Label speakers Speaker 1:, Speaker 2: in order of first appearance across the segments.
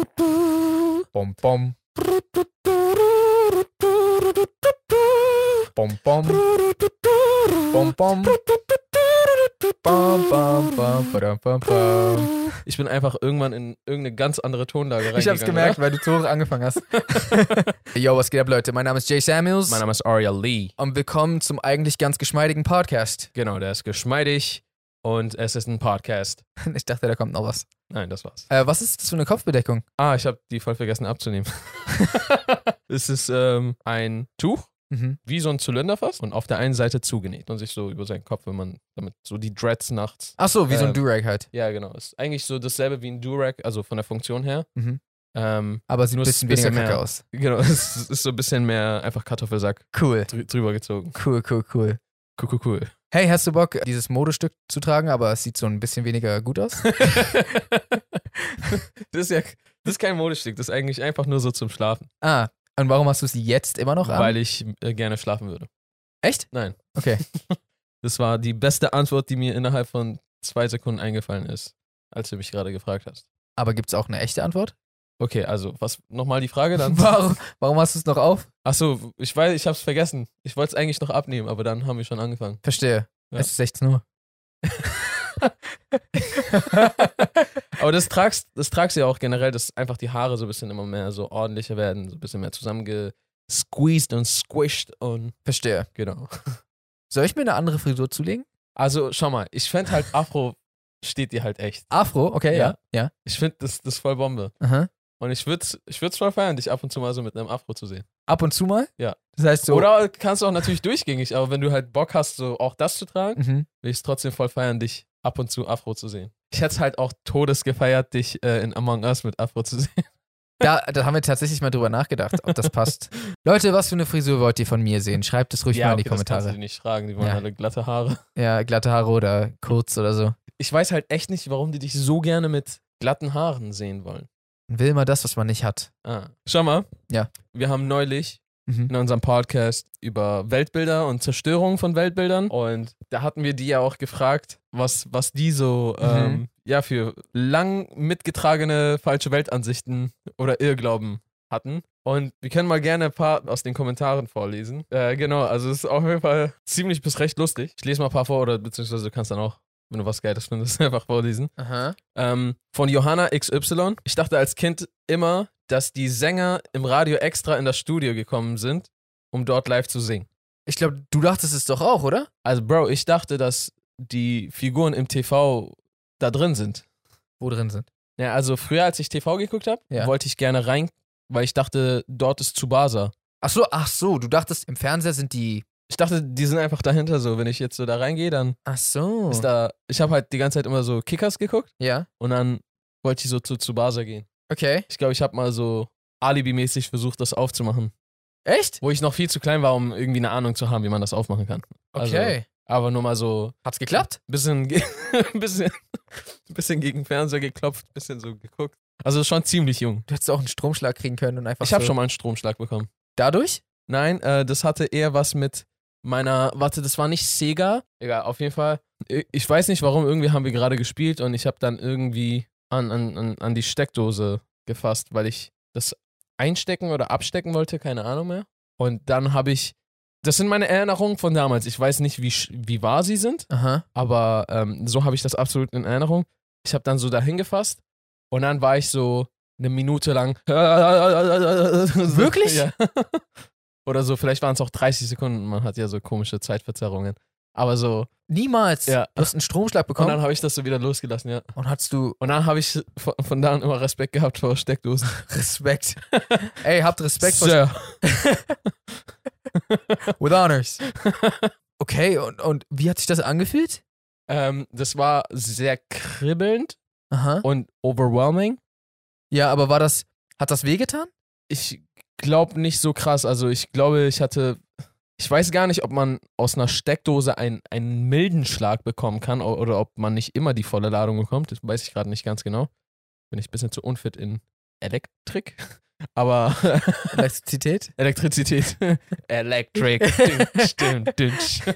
Speaker 1: Bom, bom. Bom, bom. Bom, bom. Bam, bam, bam, badam, bam, bam.
Speaker 2: Ich bin einfach irgendwann in irgendeine ganz andere Tonlage reingegangen.
Speaker 1: Ich hab's gemerkt, weil du zu hoch angefangen hast. Yo, was geht ab, Leute? Mein Name ist Jay Samuels.
Speaker 2: Mein Name ist Aria Lee.
Speaker 1: und willkommen zum eigentlich ganz geschmeidigen Podcast.
Speaker 2: Genau, der ist geschmeidig und es ist ein Podcast.
Speaker 1: Ich dachte, da kommt noch was.
Speaker 2: Nein, das war's.
Speaker 1: Äh, was ist das für eine Kopfbedeckung?
Speaker 2: Ah, ich habe die voll vergessen abzunehmen. es ist ähm, ein Tuch,
Speaker 1: Mhm.
Speaker 2: wie so ein Zylinder fast, und auf der einen Seite zugenäht und sich so über seinen Kopf, wenn man damit so die Dreads nachts.
Speaker 1: Ach so, wie so ein
Speaker 2: Ähm.
Speaker 1: Durag halt.
Speaker 2: Ja, genau. Ist eigentlich so dasselbe wie ein Durag, also von der Funktion her.
Speaker 1: Mhm.
Speaker 2: Ähm,
Speaker 1: Aber sieht ein
Speaker 2: Nur
Speaker 1: bisschen
Speaker 2: ein bisschen
Speaker 1: weniger kacke
Speaker 2: mehr.
Speaker 1: aus.
Speaker 2: genau, es ist so ein bisschen mehr einfach Kartoffelsack
Speaker 1: Cool.
Speaker 2: drü drüber gezogen.
Speaker 1: Cool, cool, cool.
Speaker 2: Cool, cool, cool.
Speaker 1: Hey, hast du Bock, dieses Modestück zu tragen, aber es sieht so ein bisschen weniger gut aus?
Speaker 2: das ist ja das ist kein Modestück, das ist eigentlich einfach nur so zum Schlafen,
Speaker 1: ah, und warum hast du es jetzt immer noch an?
Speaker 2: weil ich äh, gerne schlafen würde.
Speaker 1: Echt?
Speaker 2: Nein.
Speaker 1: Okay.
Speaker 2: Das war die beste Antwort, die mir innerhalb von zwei Sekunden eingefallen ist, als du mich gerade gefragt hast.
Speaker 1: Aber gibt es auch eine echte Antwort?
Speaker 2: Okay, also was nochmal die Frage dann?
Speaker 1: Warum, warum hast du es noch auf?
Speaker 2: Achso, ich weiß, ich hab's vergessen. Ich wollte es eigentlich noch abnehmen, aber dann haben wir schon angefangen.
Speaker 1: Verstehe.
Speaker 2: Ja.
Speaker 1: Es ist 16 Uhr.
Speaker 2: Aber das tragst, das tragst du ja auch generell, dass einfach die Haare so ein bisschen immer mehr so ordentlicher werden, so ein bisschen mehr zusammengesqueezed und squished und
Speaker 1: Verstehe.
Speaker 2: genau.
Speaker 1: Soll ich mir eine andere Frisur zulegen?
Speaker 2: Also schau mal, ich fänd halt Afro steht dir halt echt.
Speaker 1: Afro, okay, ja. Ja.
Speaker 2: Ich find das, das voll Bombe.
Speaker 1: Aha.
Speaker 2: Und ich würd's, ich würd's voll feiern, dich ab und zu mal so mit einem Afro zu sehen.
Speaker 1: Ab und zu mal?
Speaker 2: Ja.
Speaker 1: Das heißt so.
Speaker 2: Oder kannst du auch natürlich durchgängig, aber wenn du halt Bock hast, so auch das zu tragen,
Speaker 1: Mhm.
Speaker 2: will ich es trotzdem voll feiern, dich ab und zu Afro zu sehen. Ich hätte halt auch Todes gefeiert, dich äh, in Among Us mit Afro zu sehen.
Speaker 1: Da, da haben wir tatsächlich mal drüber nachgedacht, ob das passt. Leute, was für eine Frisur wollt ihr von mir sehen? Schreibt es ruhig mal in die
Speaker 2: okay, Das kannst du
Speaker 1: Kommentare.
Speaker 2: die nicht fragen, die wollen
Speaker 1: Ja.
Speaker 2: alle glatte Haare.
Speaker 1: Ja, glatte Haare oder kurz oder so.
Speaker 2: Ich weiß halt echt nicht, warum die dich so gerne mit glatten Haaren sehen wollen.
Speaker 1: Will mal das, was man nicht hat.
Speaker 2: Ah. Schau mal.
Speaker 1: Ja.
Speaker 2: Wir haben neulich
Speaker 1: Mhm.
Speaker 2: in unserem Podcast über Weltbilder und Zerstörung von Weltbildern. Und da hatten wir die ja auch gefragt, was, was die so ähm, ja, für lang mitgetragene falsche Weltansichten oder Irrglauben hatten. Und wir können mal gerne ein paar aus den Kommentaren vorlesen. Äh, genau, also es ist auf jeden Fall ziemlich bis recht lustig. Ich lese mal ein paar vor oder beziehungsweise du kannst dann auch, wenn du was Geiles findest, einfach vorlesen.
Speaker 1: Aha.
Speaker 2: Ähm, von Johanna XY. Ich dachte als Kind immer, dass die Sänger im Radio extra in das Studio gekommen sind, um dort live zu singen.
Speaker 1: Ich glaube, du dachtest es doch auch, oder?
Speaker 2: Also, Bro, ich dachte, dass die Figuren im TV da drin sind.
Speaker 1: Wo drin sind.
Speaker 2: Ja, also früher, als ich TV geguckt habe,
Speaker 1: Ja.
Speaker 2: wollte ich gerne rein, weil ich dachte, dort ist Tsubasa.
Speaker 1: Ach so, ach so, du dachtest, im Fernseher sind die.
Speaker 2: Ich dachte, die sind einfach dahinter so. Wenn ich jetzt so da reingehe, dann
Speaker 1: Ach so.
Speaker 2: ist da. Ich habe halt die ganze Zeit immer so Kickers geguckt
Speaker 1: ja.
Speaker 2: und dann wollte ich so zu Tsubasa gehen.
Speaker 1: Okay.
Speaker 2: Ich glaube, ich habe mal so alibimäßig versucht, das aufzumachen.
Speaker 1: Echt?
Speaker 2: Wo ich noch viel zu klein war, um irgendwie eine Ahnung zu haben, wie man das aufmachen kann. Also,
Speaker 1: Okay.
Speaker 2: aber nur mal so
Speaker 1: Hat's geklappt?
Speaker 2: ein bisschen, ge- ein bisschen, ein bisschen gegen den Fernseher geklopft, ein bisschen so geguckt. Also schon ziemlich jung.
Speaker 1: Du hättest auch einen Stromschlag kriegen können und einfach.
Speaker 2: Ich habe
Speaker 1: so
Speaker 2: schon mal einen Stromschlag bekommen.
Speaker 1: Dadurch?
Speaker 2: Nein, äh, das hatte eher was mit meiner. Warte, das war nicht Sega. Egal, auf jeden Fall. I- Ich weiß nicht warum, irgendwie haben wir gerade gespielt und ich habe dann irgendwie an, an, an, an die Steckdose gefasst, weil ich das einstecken oder abstecken wollte, keine Ahnung mehr. Und dann habe ich. Das sind meine Erinnerungen von damals. Ich weiß nicht, wie, sch- wie wahr sie sind,
Speaker 1: Aha.
Speaker 2: aber ähm, so habe ich das absolut in Erinnerung. Ich habe dann so dahin gefasst und dann war ich so eine Minute lang. Wirklich? Ja. Oder so, vielleicht waren es auch 30 Sekunden. Man hat ja so komische Zeitverzerrungen. Aber so.
Speaker 1: Niemals.
Speaker 2: Ja.
Speaker 1: Du hast einen Stromschlag
Speaker 2: Und
Speaker 1: bekommen
Speaker 2: dann
Speaker 1: und,
Speaker 2: habe ich das so wieder losgelassen, ja.
Speaker 1: hattest du
Speaker 2: Und dann habe ich von, von da an immer Respekt gehabt vor Steckdosen.
Speaker 1: Respekt. Ey, habt Respekt vor
Speaker 2: Sir.
Speaker 1: With honors. Okay, und, und wie hat sich das angefühlt?
Speaker 2: Ähm, das war sehr kribbelnd
Speaker 1: Aha.
Speaker 2: und overwhelming.
Speaker 1: Ja, aber war das, hat das wehgetan?
Speaker 2: ich glaube nicht so krass. Also ich glaube, ich hatte. Ich weiß gar nicht, ob man aus einer Steckdose einen, einen milden Schlag bekommen kann o- oder ob man nicht immer die volle Ladung bekommt. Das weiß ich gerade nicht ganz genau. Bin ich ein bisschen zu unfit in Elektrik. Aber
Speaker 1: Elektrizität?
Speaker 2: Elektrizität. Elektrik. Stimmt, stimmt.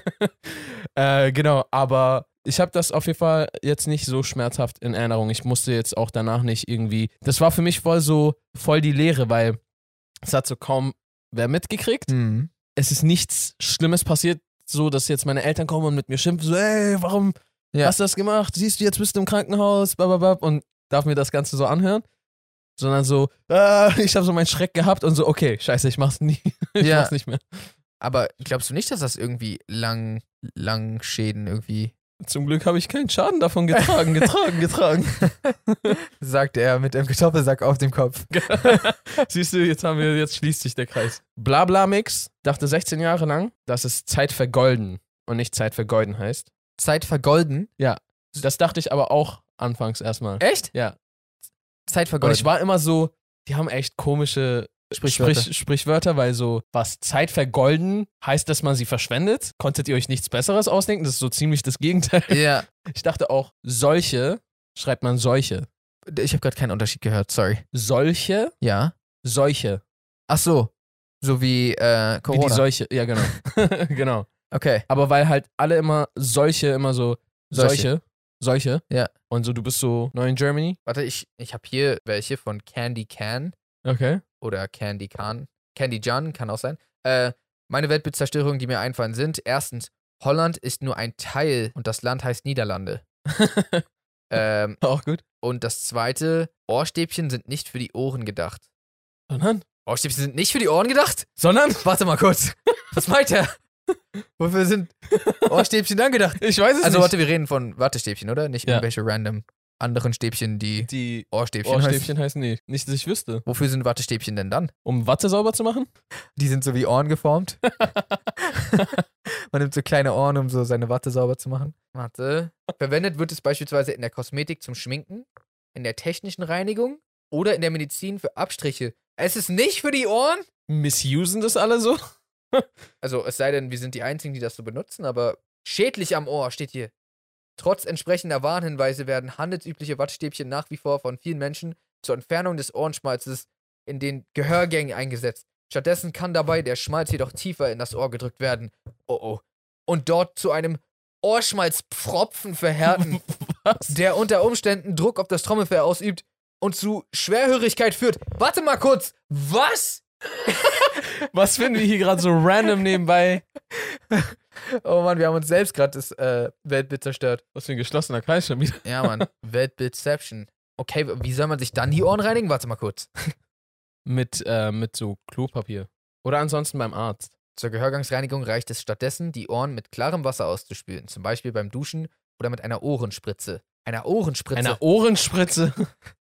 Speaker 2: äh, genau, aber ich habe das auf jeden Fall jetzt nicht so schmerzhaft in Erinnerung. Ich musste jetzt auch danach nicht irgendwie. Das war für mich voll so voll die Leere, weil es hat so kaum wer mitgekriegt.
Speaker 1: Mhm.
Speaker 2: Es ist nichts Schlimmes passiert, so dass jetzt meine Eltern kommen und mit mir schimpfen, so, ey, warum
Speaker 1: Ja.
Speaker 2: hast du das gemacht? Siehst du, jetzt bist du im Krankenhaus, bababab, und darf mir das Ganze so anhören. Sondern so, äh, ich habe so meinen Schreck gehabt und so, okay, scheiße, ich mach's nie. ich
Speaker 1: Ja.
Speaker 2: mach's nicht mehr.
Speaker 1: Aber glaubst du nicht, dass das irgendwie lang, lang Schäden irgendwie,
Speaker 2: Zum Glück habe ich keinen Schaden davon getragen, getragen, getragen.
Speaker 1: sagte er mit einem Kartoffelsack auf dem Kopf.
Speaker 2: Siehst du, jetzt haben wir, jetzt schließt sich der Kreis. Blabla Mix dachte 16 Jahre lang, dass es Zeit vergolden und nicht Zeit vergeuden heißt.
Speaker 1: Zeit vergolden.
Speaker 2: Das dachte ich aber auch anfangs erstmal.
Speaker 1: Echt?
Speaker 2: Ja.
Speaker 1: Zeit
Speaker 2: Und
Speaker 1: vergolden.
Speaker 2: ich war immer so, die haben echt komische
Speaker 1: Sprichwörter.
Speaker 2: Sprich, Sprichwörter, weil so, was Zeit vergolden heißt, dass man sie verschwendet. Konntet ihr euch nichts Besseres ausdenken? Das ist so ziemlich das Gegenteil.
Speaker 1: ja.
Speaker 2: Ich dachte auch, solche, schreibt man solche.
Speaker 1: Ich habe gerade keinen Unterschied gehört, sorry.
Speaker 2: Solche,
Speaker 1: Ja.
Speaker 2: solche.
Speaker 1: Ach so. So wie
Speaker 2: Wie
Speaker 1: äh,
Speaker 2: die
Speaker 1: Corona.
Speaker 2: Seuche. Ja, genau. genau.
Speaker 1: okay.
Speaker 2: Aber weil halt alle immer solche, immer so,
Speaker 1: Solche.
Speaker 2: solche, solche.
Speaker 1: Ja.
Speaker 2: Und so, du bist so neu in Germany.
Speaker 1: Warte, ich, ich habe hier welche von Candy Can
Speaker 2: Okay.
Speaker 1: oder Candy Can. Candy Jan kann auch sein. Äh, meine Weltbildzerstörungen, die mir einfallen, sind erstens, Holland ist nur ein Teil und das Land heißt Niederlande. ähm,
Speaker 2: Auch gut.
Speaker 1: und das zweite, Ohrstäbchen sind nicht für die Ohren gedacht.
Speaker 2: Sondern?
Speaker 1: Ohrstäbchen sind nicht für die Ohren gedacht?
Speaker 2: Sondern?
Speaker 1: Warte mal kurz. Was meint er? Wofür sind Ohrstäbchen angedacht?
Speaker 2: Ich weiß es
Speaker 1: Also,
Speaker 2: nicht.
Speaker 1: warte, wir reden von Wattestäbchen, oder? Nicht
Speaker 2: Ja.
Speaker 1: irgendwelche random anderen Stäbchen, die
Speaker 2: die
Speaker 1: Ohrstäbchen, heißen.
Speaker 2: Ohrstäbchen heißen nee. Nicht, dass ich wüsste.
Speaker 1: Wofür sind Wattestäbchen denn dann?
Speaker 2: Um Watte sauber zu machen?
Speaker 1: Die sind so wie Ohren geformt. Man nimmt so kleine Ohren, um so seine Watte sauber zu machen. Warte. Verwendet wird es beispielsweise in der Kosmetik zum Schminken, in der technischen Reinigung oder in der Medizin für Abstriche. Es ist nicht für die Ohren?
Speaker 2: Missusen das alle so?
Speaker 1: Also, es sei denn, wir sind die Einzigen, die das so benutzen, aber schädlich am Ohr steht hier. Trotz entsprechender Warnhinweise werden handelsübliche Wattstäbchen nach wie vor von vielen Menschen zur Entfernung des Ohrenschmalzes in den Gehörgängen eingesetzt. Stattdessen kann dabei der Schmalz jedoch tiefer in das Ohr gedrückt werden. Oh oh. Und dort zu einem Ohrschmalzpfropfen verhärten,
Speaker 2: Was?
Speaker 1: der unter Umständen Druck auf das Trommelfell ausübt und zu Schwerhörigkeit führt. Warte mal kurz. Was?
Speaker 2: Was finden wir hier gerade so random nebenbei?
Speaker 1: Oh Mann, wir haben uns selbst gerade das äh, Weltbild zerstört.
Speaker 2: Was für ein geschlossener Kreis schon wieder.
Speaker 1: Ja, Mann. Weltbildception. Okay, w- wie soll man sich dann die Ohren reinigen? Warte mal kurz.
Speaker 2: Mit, äh, mit so Klopapier. Oder ansonsten beim Arzt.
Speaker 1: Zur Gehörgangsreinigung reicht es stattdessen, die Ohren mit klarem Wasser auszuspülen. Zum Beispiel beim Duschen oder mit einer Ohrenspritze. Einer Ohrenspritze?
Speaker 2: Einer Ohrenspritze.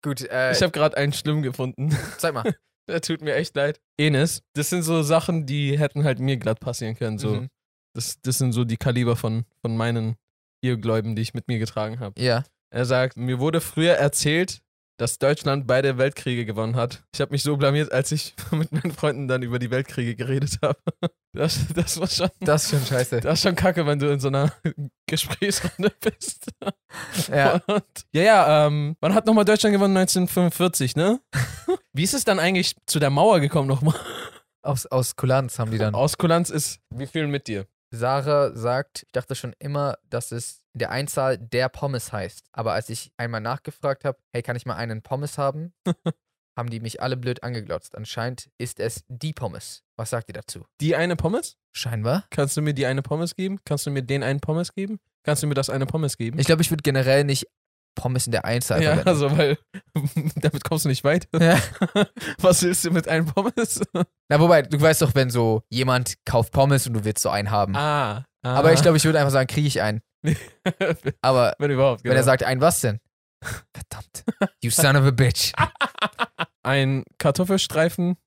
Speaker 1: Gut, äh,
Speaker 2: Ich habe gerade einen schlimm gefunden.
Speaker 1: zeig mal.
Speaker 2: Das tut mir echt leid. Enes, das sind so Sachen, die hätten halt mir glatt passieren können. So.
Speaker 1: Mhm.
Speaker 2: Das, das sind so die Kaliber von, von meinen Irrgläuben, die ich mit mir getragen habe.
Speaker 1: Ja.
Speaker 2: Er sagt, mir wurde früher erzählt, dass Deutschland beide Weltkriege gewonnen hat. Ich habe mich so blamiert, als ich mit meinen Freunden dann über die Weltkriege geredet habe. Das, das, war schon,
Speaker 1: Das ist schon scheiße.
Speaker 2: das ist schon kacke, wenn du in so einer Gesprächsrunde bist.
Speaker 1: Ja.
Speaker 2: Und, ja, ja, ähm, wann hat nochmal Deutschland gewonnen? 1945, ne? Wie ist es dann eigentlich zu der Mauer gekommen nochmal?
Speaker 1: Aus, aus Kulanz haben die dann.
Speaker 2: Aus Kulanz ist, wir fühlen mit dir.
Speaker 1: Sarah sagt, ich dachte schon immer, dass es in der Einzahl der Pommes heißt. Aber als ich einmal nachgefragt habe, hey, kann ich mal einen Pommes haben? haben die mich alle blöd angeglotzt. Anscheinend ist es die Pommes. Was sagt ihr dazu?
Speaker 2: Die eine Pommes?
Speaker 1: Scheinbar.
Speaker 2: Kannst du mir die eine Pommes geben? Kannst du mir den einen Pommes geben? Kannst du mir das eine Pommes geben?
Speaker 1: Ich glaube, ich würde generell nicht Pommes in der Einzahl
Speaker 2: ja,
Speaker 1: verwenden.
Speaker 2: also, weil damit kommst du nicht weit.
Speaker 1: Ja. Hm.
Speaker 2: Was willst du mit einem Pommes?
Speaker 1: Na, wobei, du weißt doch, wenn so jemand kauft Pommes und du willst so einen haben.
Speaker 2: Ah.
Speaker 1: Aber ich glaube, ich würde einfach sagen, kriege ich einen.
Speaker 2: glaube.
Speaker 1: Aber
Speaker 2: Wenn überhaupt, genau.
Speaker 1: wenn er sagt, einen was denn? Verdammt. You son of a bitch.
Speaker 2: Ein Kartoffelstreifen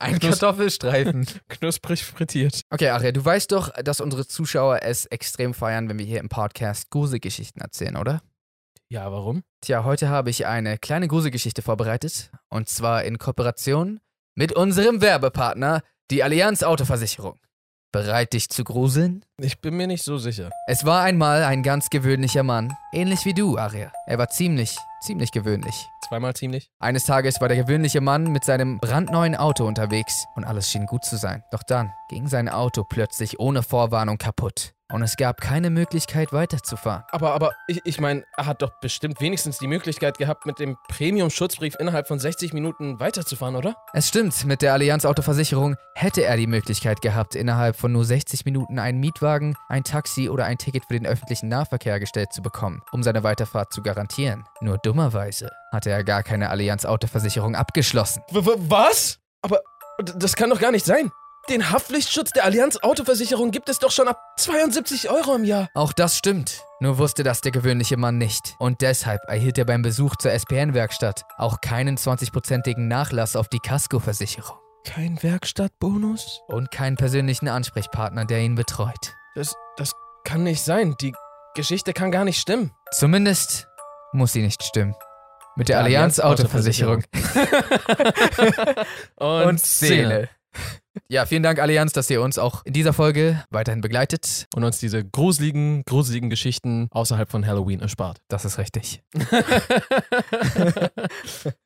Speaker 1: Ein
Speaker 2: Plus-
Speaker 1: Kartoffelstreifen.
Speaker 2: knusprig frittiert.
Speaker 1: Okay, Aria, du weißt doch, dass unsere Zuschauer es extrem feiern, wenn wir hier im Podcast Gruselgeschichten erzählen, oder?
Speaker 2: Ja, warum?
Speaker 1: Tja, heute habe ich eine kleine Gruselgeschichte vorbereitet. Und zwar in Kooperation mit unserem Werbepartner, die Allianz Autoversicherung. Bereit, dich zu gruseln?
Speaker 2: Ich bin mir nicht so sicher.
Speaker 1: Es war einmal ein ganz gewöhnlicher Mann, ähnlich wie du, Aria. Er war ziemlich, ziemlich gewöhnlich.
Speaker 2: Zweimal ziemlich.
Speaker 1: Eines Tages war der gewöhnliche Mann mit seinem brandneuen Auto unterwegs und alles schien gut zu sein. Doch dann ging sein Auto plötzlich ohne Vorwarnung kaputt und es gab keine Möglichkeit weiterzufahren.
Speaker 2: Aber, aber ich, ich meine, er hat doch bestimmt wenigstens die Möglichkeit gehabt, mit dem Premium-Schutzbrief innerhalb von 60 Minuten weiterzufahren, oder?
Speaker 1: Es stimmt, mit der Allianz Autoversicherung hätte er die Möglichkeit gehabt, innerhalb von nur 60 Minuten einen Mietwagen, ein Taxi oder ein Ticket für den öffentlichen Nahverkehr gestellt zu bekommen, um seine Weiterfahrt zu garantieren. Nur dummerweise hatte er gar keine Allianz Autoversicherung abgeschlossen.
Speaker 2: W w- was? Aber d- das kann doch gar nicht sein. Den Haftpflichtschutz der Allianz Autoversicherung gibt es doch schon ab 72 Euro im Jahr.
Speaker 1: Auch das stimmt. Nur wusste das der gewöhnliche Mann nicht. Und deshalb erhielt er beim Besuch zur SPN-Werkstatt auch keinen 20-prozentigen Nachlass auf die Kaskoversicherung
Speaker 2: Kein Werkstattbonus?
Speaker 1: und keinen persönlichen Ansprechpartner, der ihn betreut.
Speaker 2: Das, das kann nicht sein. Die Geschichte kann gar nicht stimmen.
Speaker 1: Zumindest muss sie nicht stimmen. Mit der,
Speaker 2: Der
Speaker 1: Allianz
Speaker 2: Allianz
Speaker 1: Autoversicherung
Speaker 2: Und,
Speaker 1: Ja, vielen Dank, Allianz, dass ihr uns auch in dieser Folge weiterhin begleitet.
Speaker 2: Und uns diese gruseligen, gruseligen Geschichten außerhalb von Halloween erspart.
Speaker 1: Das ist richtig.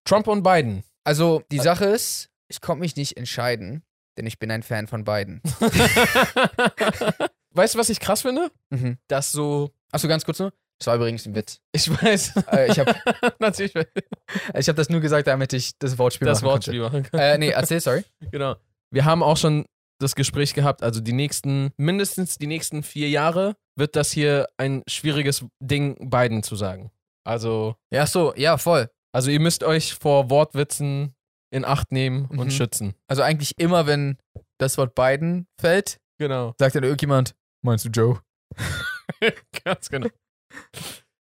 Speaker 2: Trump und Biden.
Speaker 1: Also, die Sache ist, ich konnte mich nicht entscheiden, denn ich bin ein Fan von beiden.
Speaker 2: weißt du, was ich krass finde?
Speaker 1: Mhm.
Speaker 2: Dass so.
Speaker 1: Achso, ganz kurz nur. Das war übrigens ein Witz.
Speaker 2: Ich weiß,
Speaker 1: Äh, ich habe
Speaker 2: natürlich,
Speaker 1: ich hab das nur gesagt, damit ich das Wortspiel
Speaker 2: das
Speaker 1: machen
Speaker 2: Wortspiel machen kann.
Speaker 1: Konnte. Äh, nee, erzähl, sorry.
Speaker 2: Genau. Wir haben auch schon das Gespräch gehabt, also die nächsten, mindestens die nächsten vier Jahre wird das hier ein schwieriges Ding, Biden zu sagen. Also,
Speaker 1: Ja, so, ja, voll.
Speaker 2: also ihr müsst euch vor Wortwitzen in Acht nehmen und
Speaker 1: Mhm.
Speaker 2: schützen.
Speaker 1: Also eigentlich immer, wenn das Wort Biden fällt,
Speaker 2: Genau.
Speaker 1: sagt dann irgendjemand, meinst du Joe?
Speaker 2: Ganz genau.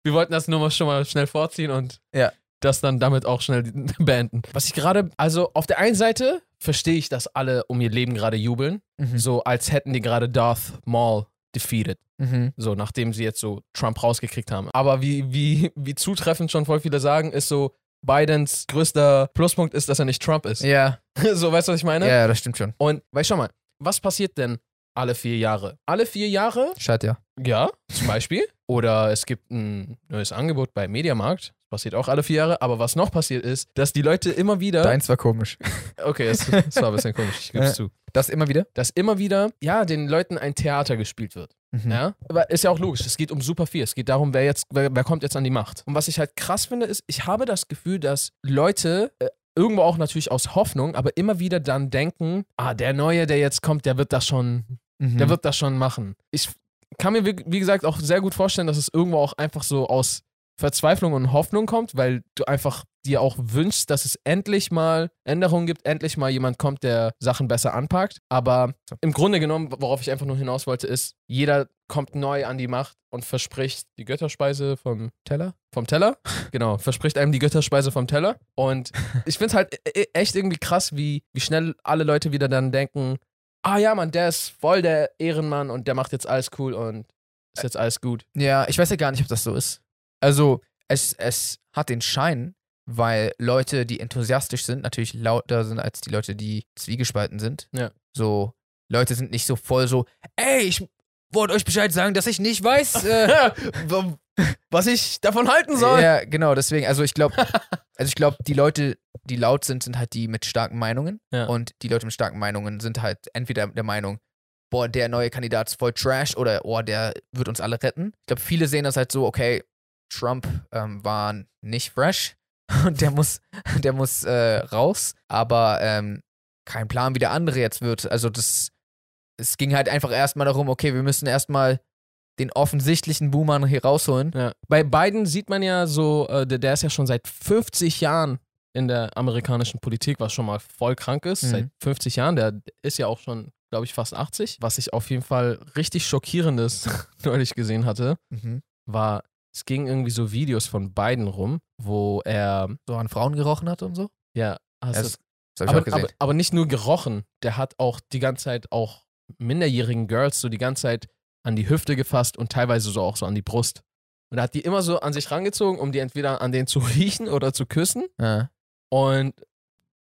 Speaker 2: Wir wollten das nur mal schon mal schnell vorziehen und
Speaker 1: Ja.
Speaker 2: das dann damit auch schnell beenden. Was ich gerade, also auf der einen Seite verstehe ich, dass alle um ihr Leben gerade jubeln,
Speaker 1: Mhm.
Speaker 2: so als hätten die gerade Darth Maul defeated.
Speaker 1: Mhm.
Speaker 2: So, nachdem sie jetzt so Trump rausgekriegt haben. Aber wie, wie, wie zutreffend schon voll viele sagen, ist so, Bidens größter Pluspunkt ist, dass er nicht Trump ist.
Speaker 1: Ja.
Speaker 2: So, weißt du, was ich meine?
Speaker 1: ja, das stimmt schon.
Speaker 2: Und, weißt du, schau mal, was passiert denn alle vier Jahre? Alle vier Jahre,
Speaker 1: Schade, ja.
Speaker 2: ja, zum Beispiel. Oder es gibt ein neues Angebot bei Mediamarkt. Das passiert auch alle vier Jahre. Aber was noch passiert ist, dass die Leute immer wieder.
Speaker 1: Deins war komisch.
Speaker 2: okay, das, das war ein bisschen komisch, ich gebe
Speaker 1: Ja.
Speaker 2: es zu.
Speaker 1: Das immer wieder?
Speaker 2: Dass immer wieder, ja, den Leuten ein Theater gespielt wird.
Speaker 1: Mhm.
Speaker 2: Ja? Aber ist ja auch logisch. Es geht um super viel. Es geht darum, wer jetzt, wer, wer kommt jetzt an die Macht. Und was ich halt krass finde, ist, ich habe das Gefühl, dass Leute äh, irgendwo auch natürlich aus Hoffnung, aber immer wieder dann denken, ah, der Neue, der jetzt kommt, der wird das schon,
Speaker 1: Mhm.
Speaker 2: der wird das schon machen. Ich kann mir, wie wie gesagt, auch sehr gut vorstellen, dass es irgendwo auch einfach so aus Verzweiflung und Hoffnung kommt, weil du einfach dir auch wünschst, dass es endlich mal Änderungen gibt, endlich mal jemand kommt, der Sachen besser anpackt. Aber im Grunde genommen, worauf ich einfach nur hinaus wollte, ist, jeder kommt neu an die Macht und verspricht die Götterspeise vom Teller. Vom Teller? Genau, verspricht einem die Götterspeise vom Teller. Und ich finde es halt e- e- echt irgendwie krass, wie, wie schnell alle Leute wieder dann denken, ah ja, Mann, der ist voll der Ehrenmann und der macht jetzt alles cool und ist jetzt alles gut.
Speaker 1: Ja, ich weiß ja gar nicht, ob das so ist. Also, es, es hat den Schein, weil Leute, die enthusiastisch sind, natürlich lauter sind als die Leute, die zwiegespalten sind.
Speaker 2: Ja.
Speaker 1: So, Leute sind nicht so voll so, ey, ich wollte euch Bescheid sagen, dass ich nicht weiß, äh,
Speaker 2: Was ich davon halten
Speaker 1: Ja, genau, deswegen, also ich glaube, also ich glaube, die Leute, die laut sind, sind halt die mit starken Meinungen.
Speaker 2: Ja.
Speaker 1: Und die Leute mit starken Meinungen sind halt entweder der Meinung, boah, der neue Kandidat ist voll Trash oder oh, der wird uns alle retten. Ich glaube, viele sehen das halt so, okay, Trump ähm, war nicht fresh und der muss, der muss äh, raus, aber ähm, kein Plan, wie der andere jetzt wird. Also das, es ging halt einfach erstmal darum, okay, wir müssen erstmal den offensichtlichen Boomer hier rausholen.
Speaker 2: Ja. Bei Biden sieht man ja so, äh, der, der ist ja schon seit 50 Jahren in der amerikanischen Politik, was schon mal voll krank ist.
Speaker 1: Mhm.
Speaker 2: Seit 50 Jahren, der ist ja auch schon, glaube ich, fast 80. Was ich auf jeden Fall richtig schockierendes neulich gesehen hatte,
Speaker 1: Mhm.
Speaker 2: war, es ging irgendwie so Videos von Biden rum, wo er,
Speaker 1: so an Frauen gerochen hat und so.
Speaker 2: ja, hast
Speaker 1: Ja,
Speaker 2: du
Speaker 1: das Das habe
Speaker 2: aber,
Speaker 1: ich auch gesehen.
Speaker 2: aber, aber nicht nur gerochen, der hat auch die ganze Zeit auch minderjährigen Girls so die ganze Zeit an die Hüfte gefasst und teilweise so auch so an die Brust. Und er hat die immer so an sich rangezogen, um die entweder an den zu riechen oder zu küssen.
Speaker 1: ja.
Speaker 2: Und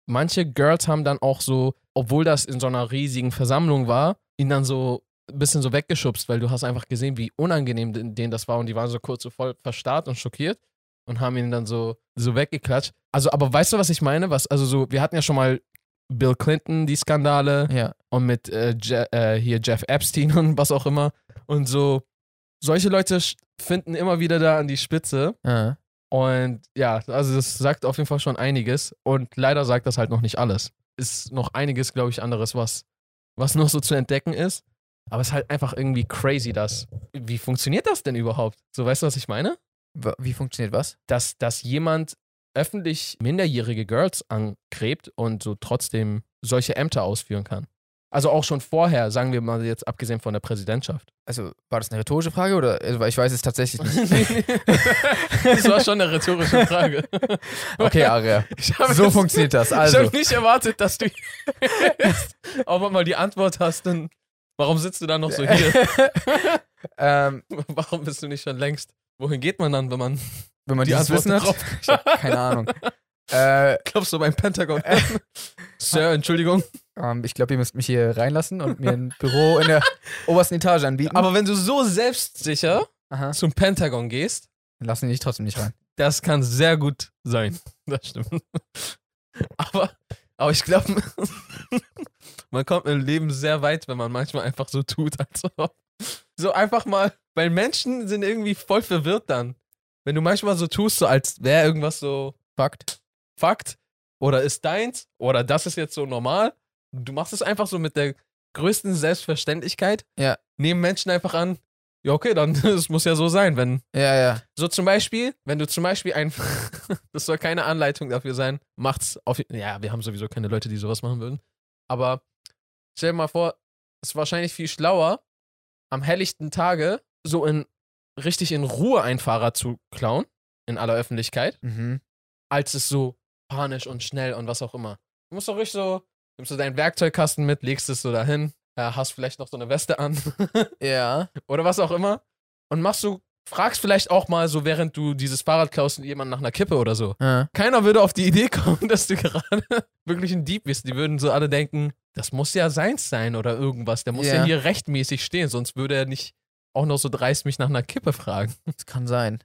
Speaker 2: manche Girls haben dann auch so, obwohl das in so einer riesigen Versammlung war, ihn dann so ein bisschen so weggeschubst, weil du hast einfach gesehen, wie unangenehm den- denen das war und die waren so kurz so voll verstarrt und schockiert. und haben ihn dann so, so weggeklatscht. Also, aber weißt du, was ich meine? Was, also so, wir hatten ja schon mal Bill Clinton, die Skandale
Speaker 1: Ja.
Speaker 2: und mit äh, Je äh, hier Jeff Epstein und was auch immer. Und so, solche Leute sch- finden immer wieder da an die Spitze.
Speaker 1: Ah.
Speaker 2: Und ja, also das sagt auf jeden Fall schon einiges. Und leider sagt das halt noch nicht alles. Ist noch einiges, glaube ich, anderes, was, was noch so zu entdecken ist. Aber es ist halt einfach irgendwie crazy, dass. Wie funktioniert das denn überhaupt? So, weißt du, was ich meine?
Speaker 1: Wa- Wie funktioniert was?
Speaker 2: Dass, dass jemand öffentlich minderjährige Girls angrebt und so trotzdem solche Ämter ausführen kann. Also auch schon vorher, sagen wir mal jetzt abgesehen von der Präsidentschaft.
Speaker 1: Also, war das eine rhetorische Frage oder? Also, weil ich weiß es tatsächlich nicht.
Speaker 2: das war schon eine rhetorische Frage.
Speaker 1: Okay, Aria.
Speaker 2: Ich habe
Speaker 1: So
Speaker 2: jetzt-
Speaker 1: funktioniert das.
Speaker 2: Ich
Speaker 1: Also,
Speaker 2: habe nicht erwartet, dass du jetzt auch mal die Antwort hast, dann warum sitzt du dann noch so hier?
Speaker 1: ähm,
Speaker 2: Warum bist du nicht schon längst? Wohin geht man dann, wenn man
Speaker 1: wenn man
Speaker 2: die
Speaker 1: dieses
Speaker 2: Antwort
Speaker 1: Wissen hat,
Speaker 2: drauf
Speaker 1: ich hab keine Ahnung. Äh,
Speaker 2: glaubst du beim Pentagon? Sir, Entschuldigung.
Speaker 1: ähm, ich glaube, ihr müsst mich hier reinlassen und mir ein Büro in der obersten Etage anbieten.
Speaker 2: Aber wenn du so selbstsicher
Speaker 1: Aha.
Speaker 2: zum Pentagon gehst,
Speaker 1: Lassen die dich trotzdem nicht rein.
Speaker 2: das kann sehr gut sein. Das stimmt. Aber, aber ich glaube, man kommt im Leben sehr weit, wenn man manchmal einfach so tut, als ob. So einfach mal, weil Menschen sind irgendwie voll verwirrt dann. Wenn du manchmal so tust, so als wäre irgendwas so
Speaker 1: Fakt.
Speaker 2: Fakt oder ist deins oder das ist jetzt so normal. Du machst es einfach so mit der größten Selbstverständlichkeit.
Speaker 1: Ja.
Speaker 2: Nehmen Menschen einfach an, ja, okay, dann es muss ja so sein, wenn
Speaker 1: Ja, ja.
Speaker 2: so zum Beispiel, wenn du zum Beispiel ein, das soll keine Anleitung dafür sein, macht's auf, ja, wir haben sowieso keine Leute, die sowas machen würden, aber stell dir mal vor, es ist wahrscheinlich viel schlauer, am helllichten Tage so in, richtig in Ruhe einen Fahrer zu klauen, in aller Öffentlichkeit,
Speaker 1: Mhm.
Speaker 2: als es so panisch und schnell und was auch immer. Du musst doch richtig so, nimmst du deinen Werkzeugkasten mit, legst es so dahin, äh, hast vielleicht noch so eine Weste an
Speaker 1: Ja.
Speaker 2: oder was auch immer und machst so, fragst vielleicht auch mal so, während du dieses Fahrrad klaust, jemanden nach einer Kippe oder so.
Speaker 1: Ah.
Speaker 2: Keiner würde auf die Idee kommen, dass du gerade wirklich ein Dieb bist. Die würden so alle denken, das muss ja seins sein oder irgendwas. Der muss ja,
Speaker 1: Ja.
Speaker 2: hier rechtmäßig stehen, sonst würde er nicht auch noch so dreist mich nach einer Kippe fragen.
Speaker 1: Das kann sein.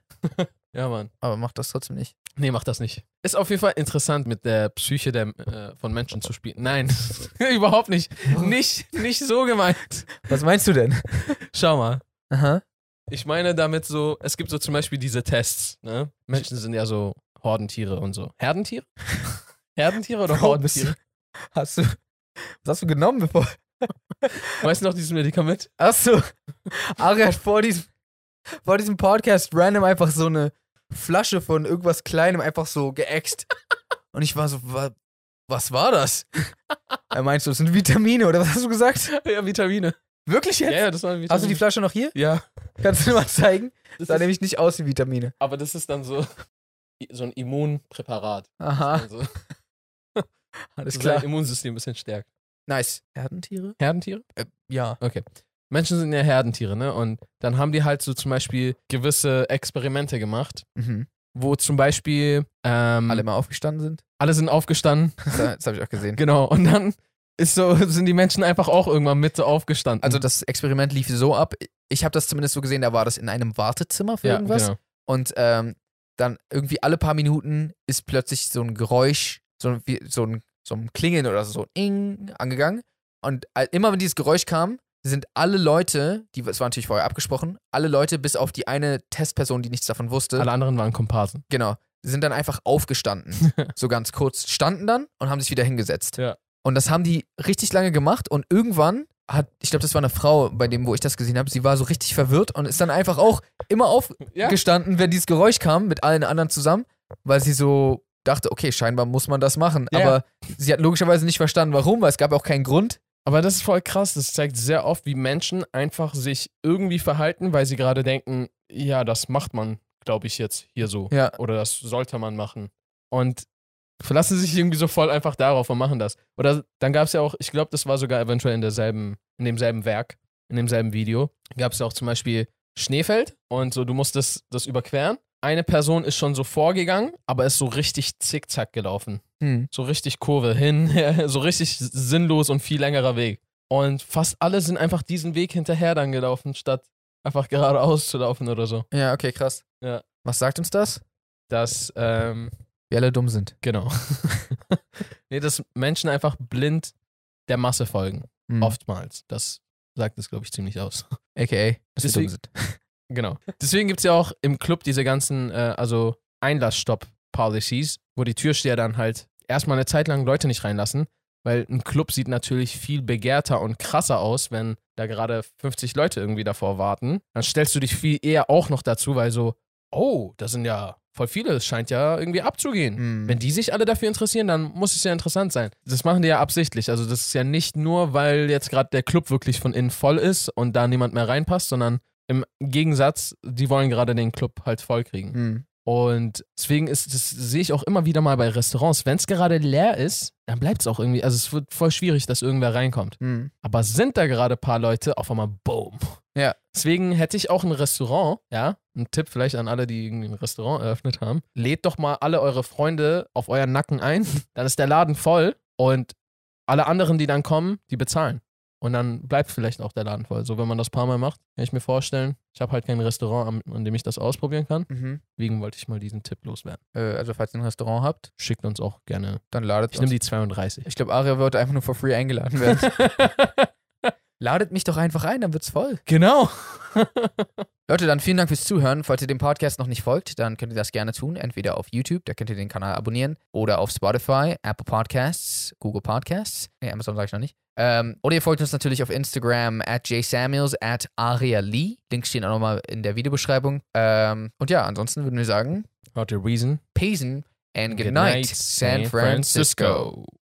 Speaker 2: Ja, Mann.
Speaker 1: Aber mach das trotzdem nicht.
Speaker 2: Nee, mach das nicht. Ist auf jeden Fall interessant, mit der Psyche der, äh, von Menschen zu spielen. Nein, überhaupt nicht. Nicht, nicht so gemeint.
Speaker 1: Was meinst du denn?
Speaker 2: Schau mal.
Speaker 1: Aha.
Speaker 2: Ich meine damit so, es gibt so zum Beispiel diese Tests, ne? Menschen sind ja so Hordentiere und so. Herdentiere? Herdentiere oder
Speaker 1: Warum bist
Speaker 2: Hordentiere?
Speaker 1: Hast du. Was hast du genommen, bevor.
Speaker 2: Weißt du noch dieses Medikament?
Speaker 1: Achso. Ari hat vor diesem, vor diesem Podcast random einfach so eine Flasche von irgendwas Kleinem einfach so geäxt. Und ich war so, wa, was war das? Er meinst du, es sind Vitamine oder was hast du gesagt?
Speaker 2: Ja, Vitamine.
Speaker 1: Wirklich
Speaker 2: Ja,
Speaker 1: jetzt?
Speaker 2: ja, das waren Vitamine.
Speaker 1: Hast du die Flasche noch hier?
Speaker 2: ja.
Speaker 1: Kannst du mir mal zeigen?
Speaker 2: Das
Speaker 1: Sah
Speaker 2: ist,
Speaker 1: nämlich nicht aus wie Vitamine.
Speaker 2: aber das ist dann so, so ein Immunpräparat.
Speaker 1: Aha,
Speaker 2: Also,
Speaker 1: alles
Speaker 2: das
Speaker 1: Ah, klar.
Speaker 2: Sein Immunsystem ein bisschen stärkt.
Speaker 1: Nice. Herdentiere?
Speaker 2: Herdentiere?
Speaker 1: Ja.
Speaker 2: Menschen sind ja Herdentiere, ne? Und dann haben die halt so zum Beispiel gewisse Experimente gemacht,
Speaker 1: Mhm.
Speaker 2: wo zum Beispiel ähm,
Speaker 1: Alle mal aufgestanden sind?
Speaker 2: alle sind aufgestanden
Speaker 1: Das, das habe ich auch gesehen.
Speaker 2: Genau, und dann ist so, sind die Menschen einfach auch irgendwann mit so aufgestanden.
Speaker 1: Also das Experiment lief so ab. Ich habe das zumindest so gesehen, da war das in einem Wartezimmer für irgendwas.
Speaker 2: Genau.
Speaker 1: Und ähm, dann irgendwie alle paar Minuten ist plötzlich so ein Geräusch, so ein, wie, so ein, so ein Klingeln oder so, so ein Ing angegangen. Und all- immer wenn dieses Geräusch kam, sind alle Leute, die, es war natürlich vorher abgesprochen, alle Leute, bis auf die eine Testperson, die nichts davon wusste,
Speaker 2: Alle anderen waren Komparsen.
Speaker 1: genau, sind dann einfach aufgestanden. so ganz kurz, standen dann und haben sich wieder hingesetzt.
Speaker 2: Ja.
Speaker 1: Und das haben die richtig lange gemacht und irgendwann hat, ich glaube, das war eine Frau, bei dem, wo ich das gesehen habe, sie war so richtig verwirrt und ist dann einfach auch immer auf,
Speaker 2: Ja.
Speaker 1: gestanden, wenn dieses Geräusch kam, mit allen anderen zusammen, weil sie so dachte, okay, scheinbar muss man das machen.
Speaker 2: Ja.
Speaker 1: Aber sie hat logischerweise nicht verstanden, warum, weil es gab auch keinen Grund.
Speaker 2: Aber das ist voll krass. Das zeigt sehr oft, wie Menschen einfach sich irgendwie verhalten, weil sie gerade denken, ja, das macht man, glaube ich, jetzt hier so.
Speaker 1: Ja.
Speaker 2: Oder das sollte man machen. Und verlassen sich irgendwie so voll einfach darauf und machen das. Oder dann gab es ja auch, ich glaube, das war sogar eventuell in derselben, in demselben Werk, in demselben Video, gab es ja auch zum Beispiel Schneefeld und so, du musst das, das überqueren. Eine Person ist schon so vorgegangen, aber ist so richtig zickzack gelaufen
Speaker 1: Hm.
Speaker 2: so richtig Kurve hin, her, so richtig sinnlos und viel längerer Weg. Und fast alle sind einfach diesen Weg hinterher dann gelaufen, statt einfach geradeaus zu laufen oder so.
Speaker 1: Ja, okay, krass.
Speaker 2: Ja.
Speaker 1: Was sagt uns das?
Speaker 2: dass, ähm,
Speaker 1: Wir alle dumm sind.
Speaker 2: genau. nee, dass Menschen einfach blind der Masse folgen.
Speaker 1: Mhm.
Speaker 2: Oftmals. Das sagt es, glaube ich, ziemlich aus.
Speaker 1: AKA, dass wir
Speaker 2: Deswegen-
Speaker 1: dumm sind.
Speaker 2: Genau. Deswegen gibt es ja auch im Club diese ganzen, äh, also Einlassstopp-Policies, wo die Türsteher dann halt erstmal eine Zeit lang Leute nicht reinlassen, weil ein Club sieht natürlich viel begehrter und krasser aus, wenn da gerade 50 Leute irgendwie davor warten. Dann stellst du dich viel eher auch noch dazu, weil so, oh, das sind ja voll viele, es scheint ja irgendwie abzugehen.
Speaker 1: Mhm.
Speaker 2: Wenn die sich alle dafür interessieren, dann muss es ja interessant sein. Das machen die ja absichtlich. Also das ist ja nicht nur, weil jetzt gerade der Club wirklich von innen voll ist und da niemand mehr reinpasst, sondern im Gegensatz, die wollen gerade den Club halt voll kriegen.
Speaker 1: Mhm.
Speaker 2: Und deswegen ist das sehe ich auch immer wieder mal bei Restaurants. Wenn es gerade leer ist, dann bleibt es auch irgendwie. Also es wird voll schwierig, dass irgendwer reinkommt.
Speaker 1: Mhm.
Speaker 2: Aber sind da gerade ein paar Leute, auf einmal boom.
Speaker 1: Ja.
Speaker 2: Deswegen hätte ich auch ein Restaurant, ja, ein Tipp vielleicht an alle, die irgendwie ein Restaurant eröffnet haben. Lädt doch mal alle eure Freunde auf euren Nacken ein, dann ist der Laden voll und alle anderen, die dann kommen, die bezahlen. Und dann bleibt vielleicht auch der Laden voll. So, wenn man das paar Mal macht, kann ich mir vorstellen, ich habe halt kein Restaurant, am- an dem ich das ausprobieren kann.
Speaker 1: Mhm.
Speaker 2: Deswegen wollte ich mal diesen Tipp loswerden.
Speaker 1: Äh, also, falls ihr ein Restaurant habt,
Speaker 2: Schickt uns auch gerne.
Speaker 1: dann ladet
Speaker 2: Ich nehme
Speaker 1: uns.
Speaker 2: die 32.
Speaker 1: Ich glaube, Aria wollte einfach nur for free eingeladen werden. ladet mich doch einfach ein, dann wird's voll.
Speaker 2: genau.
Speaker 1: Leute, dann vielen Dank fürs Zuhören. Falls ihr dem Podcast noch nicht folgt, dann könnt ihr das gerne tun. Entweder auf YouTube, da könnt ihr den Kanal abonnieren, oder auf Spotify, Apple Podcasts, Google Podcasts. Nee, Amazon sage ich noch nicht. Ähm, oder ihr folgt uns natürlich auf Instagram at jsamuels at arialee. Links stehen auch nochmal in der Videobeschreibung. Ähm, und ja, ansonsten würden wir sagen,
Speaker 2: Not a reason.
Speaker 1: Peace and good, night, San Francisco.